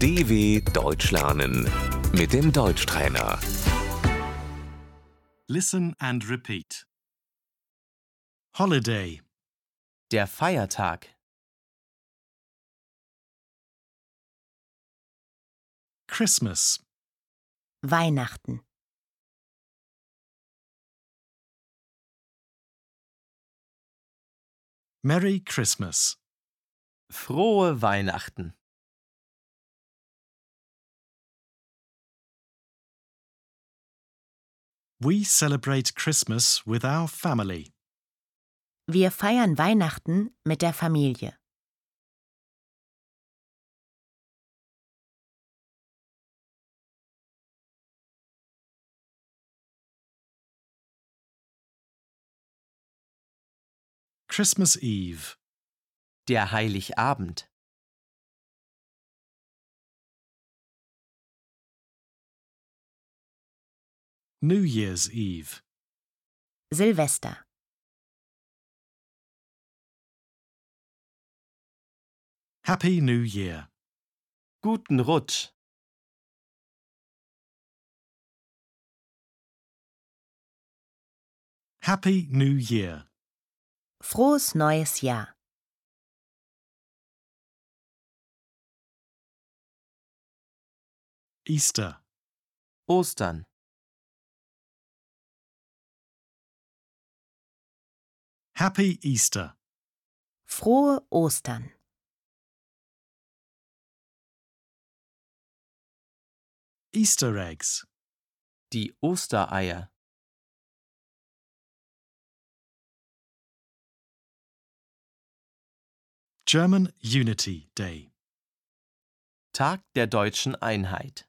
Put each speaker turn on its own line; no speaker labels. DW Deutsch lernen mit dem Deutschtrainer.
Listen and repeat. Holiday.
Der Feiertag.
Christmas.
Weihnachten,
Merry Christmas.
Frohe Weihnachten.
We celebrate Christmas with our family.
wir feiern Weihnachten mit der Familie.
Christmas Eve.
Der Heiligabend.
New Year's Eve.
Silvester,
Happy New Year.
Guten Rutsch.
Happy New Year.
frohes neues Jahr,
Easter.
Ostern.
Happy Easter.
frohe Ostern.
Easter eggs.
Die Ostereier.
German Unity Day.
Tag der deutschen Einheit.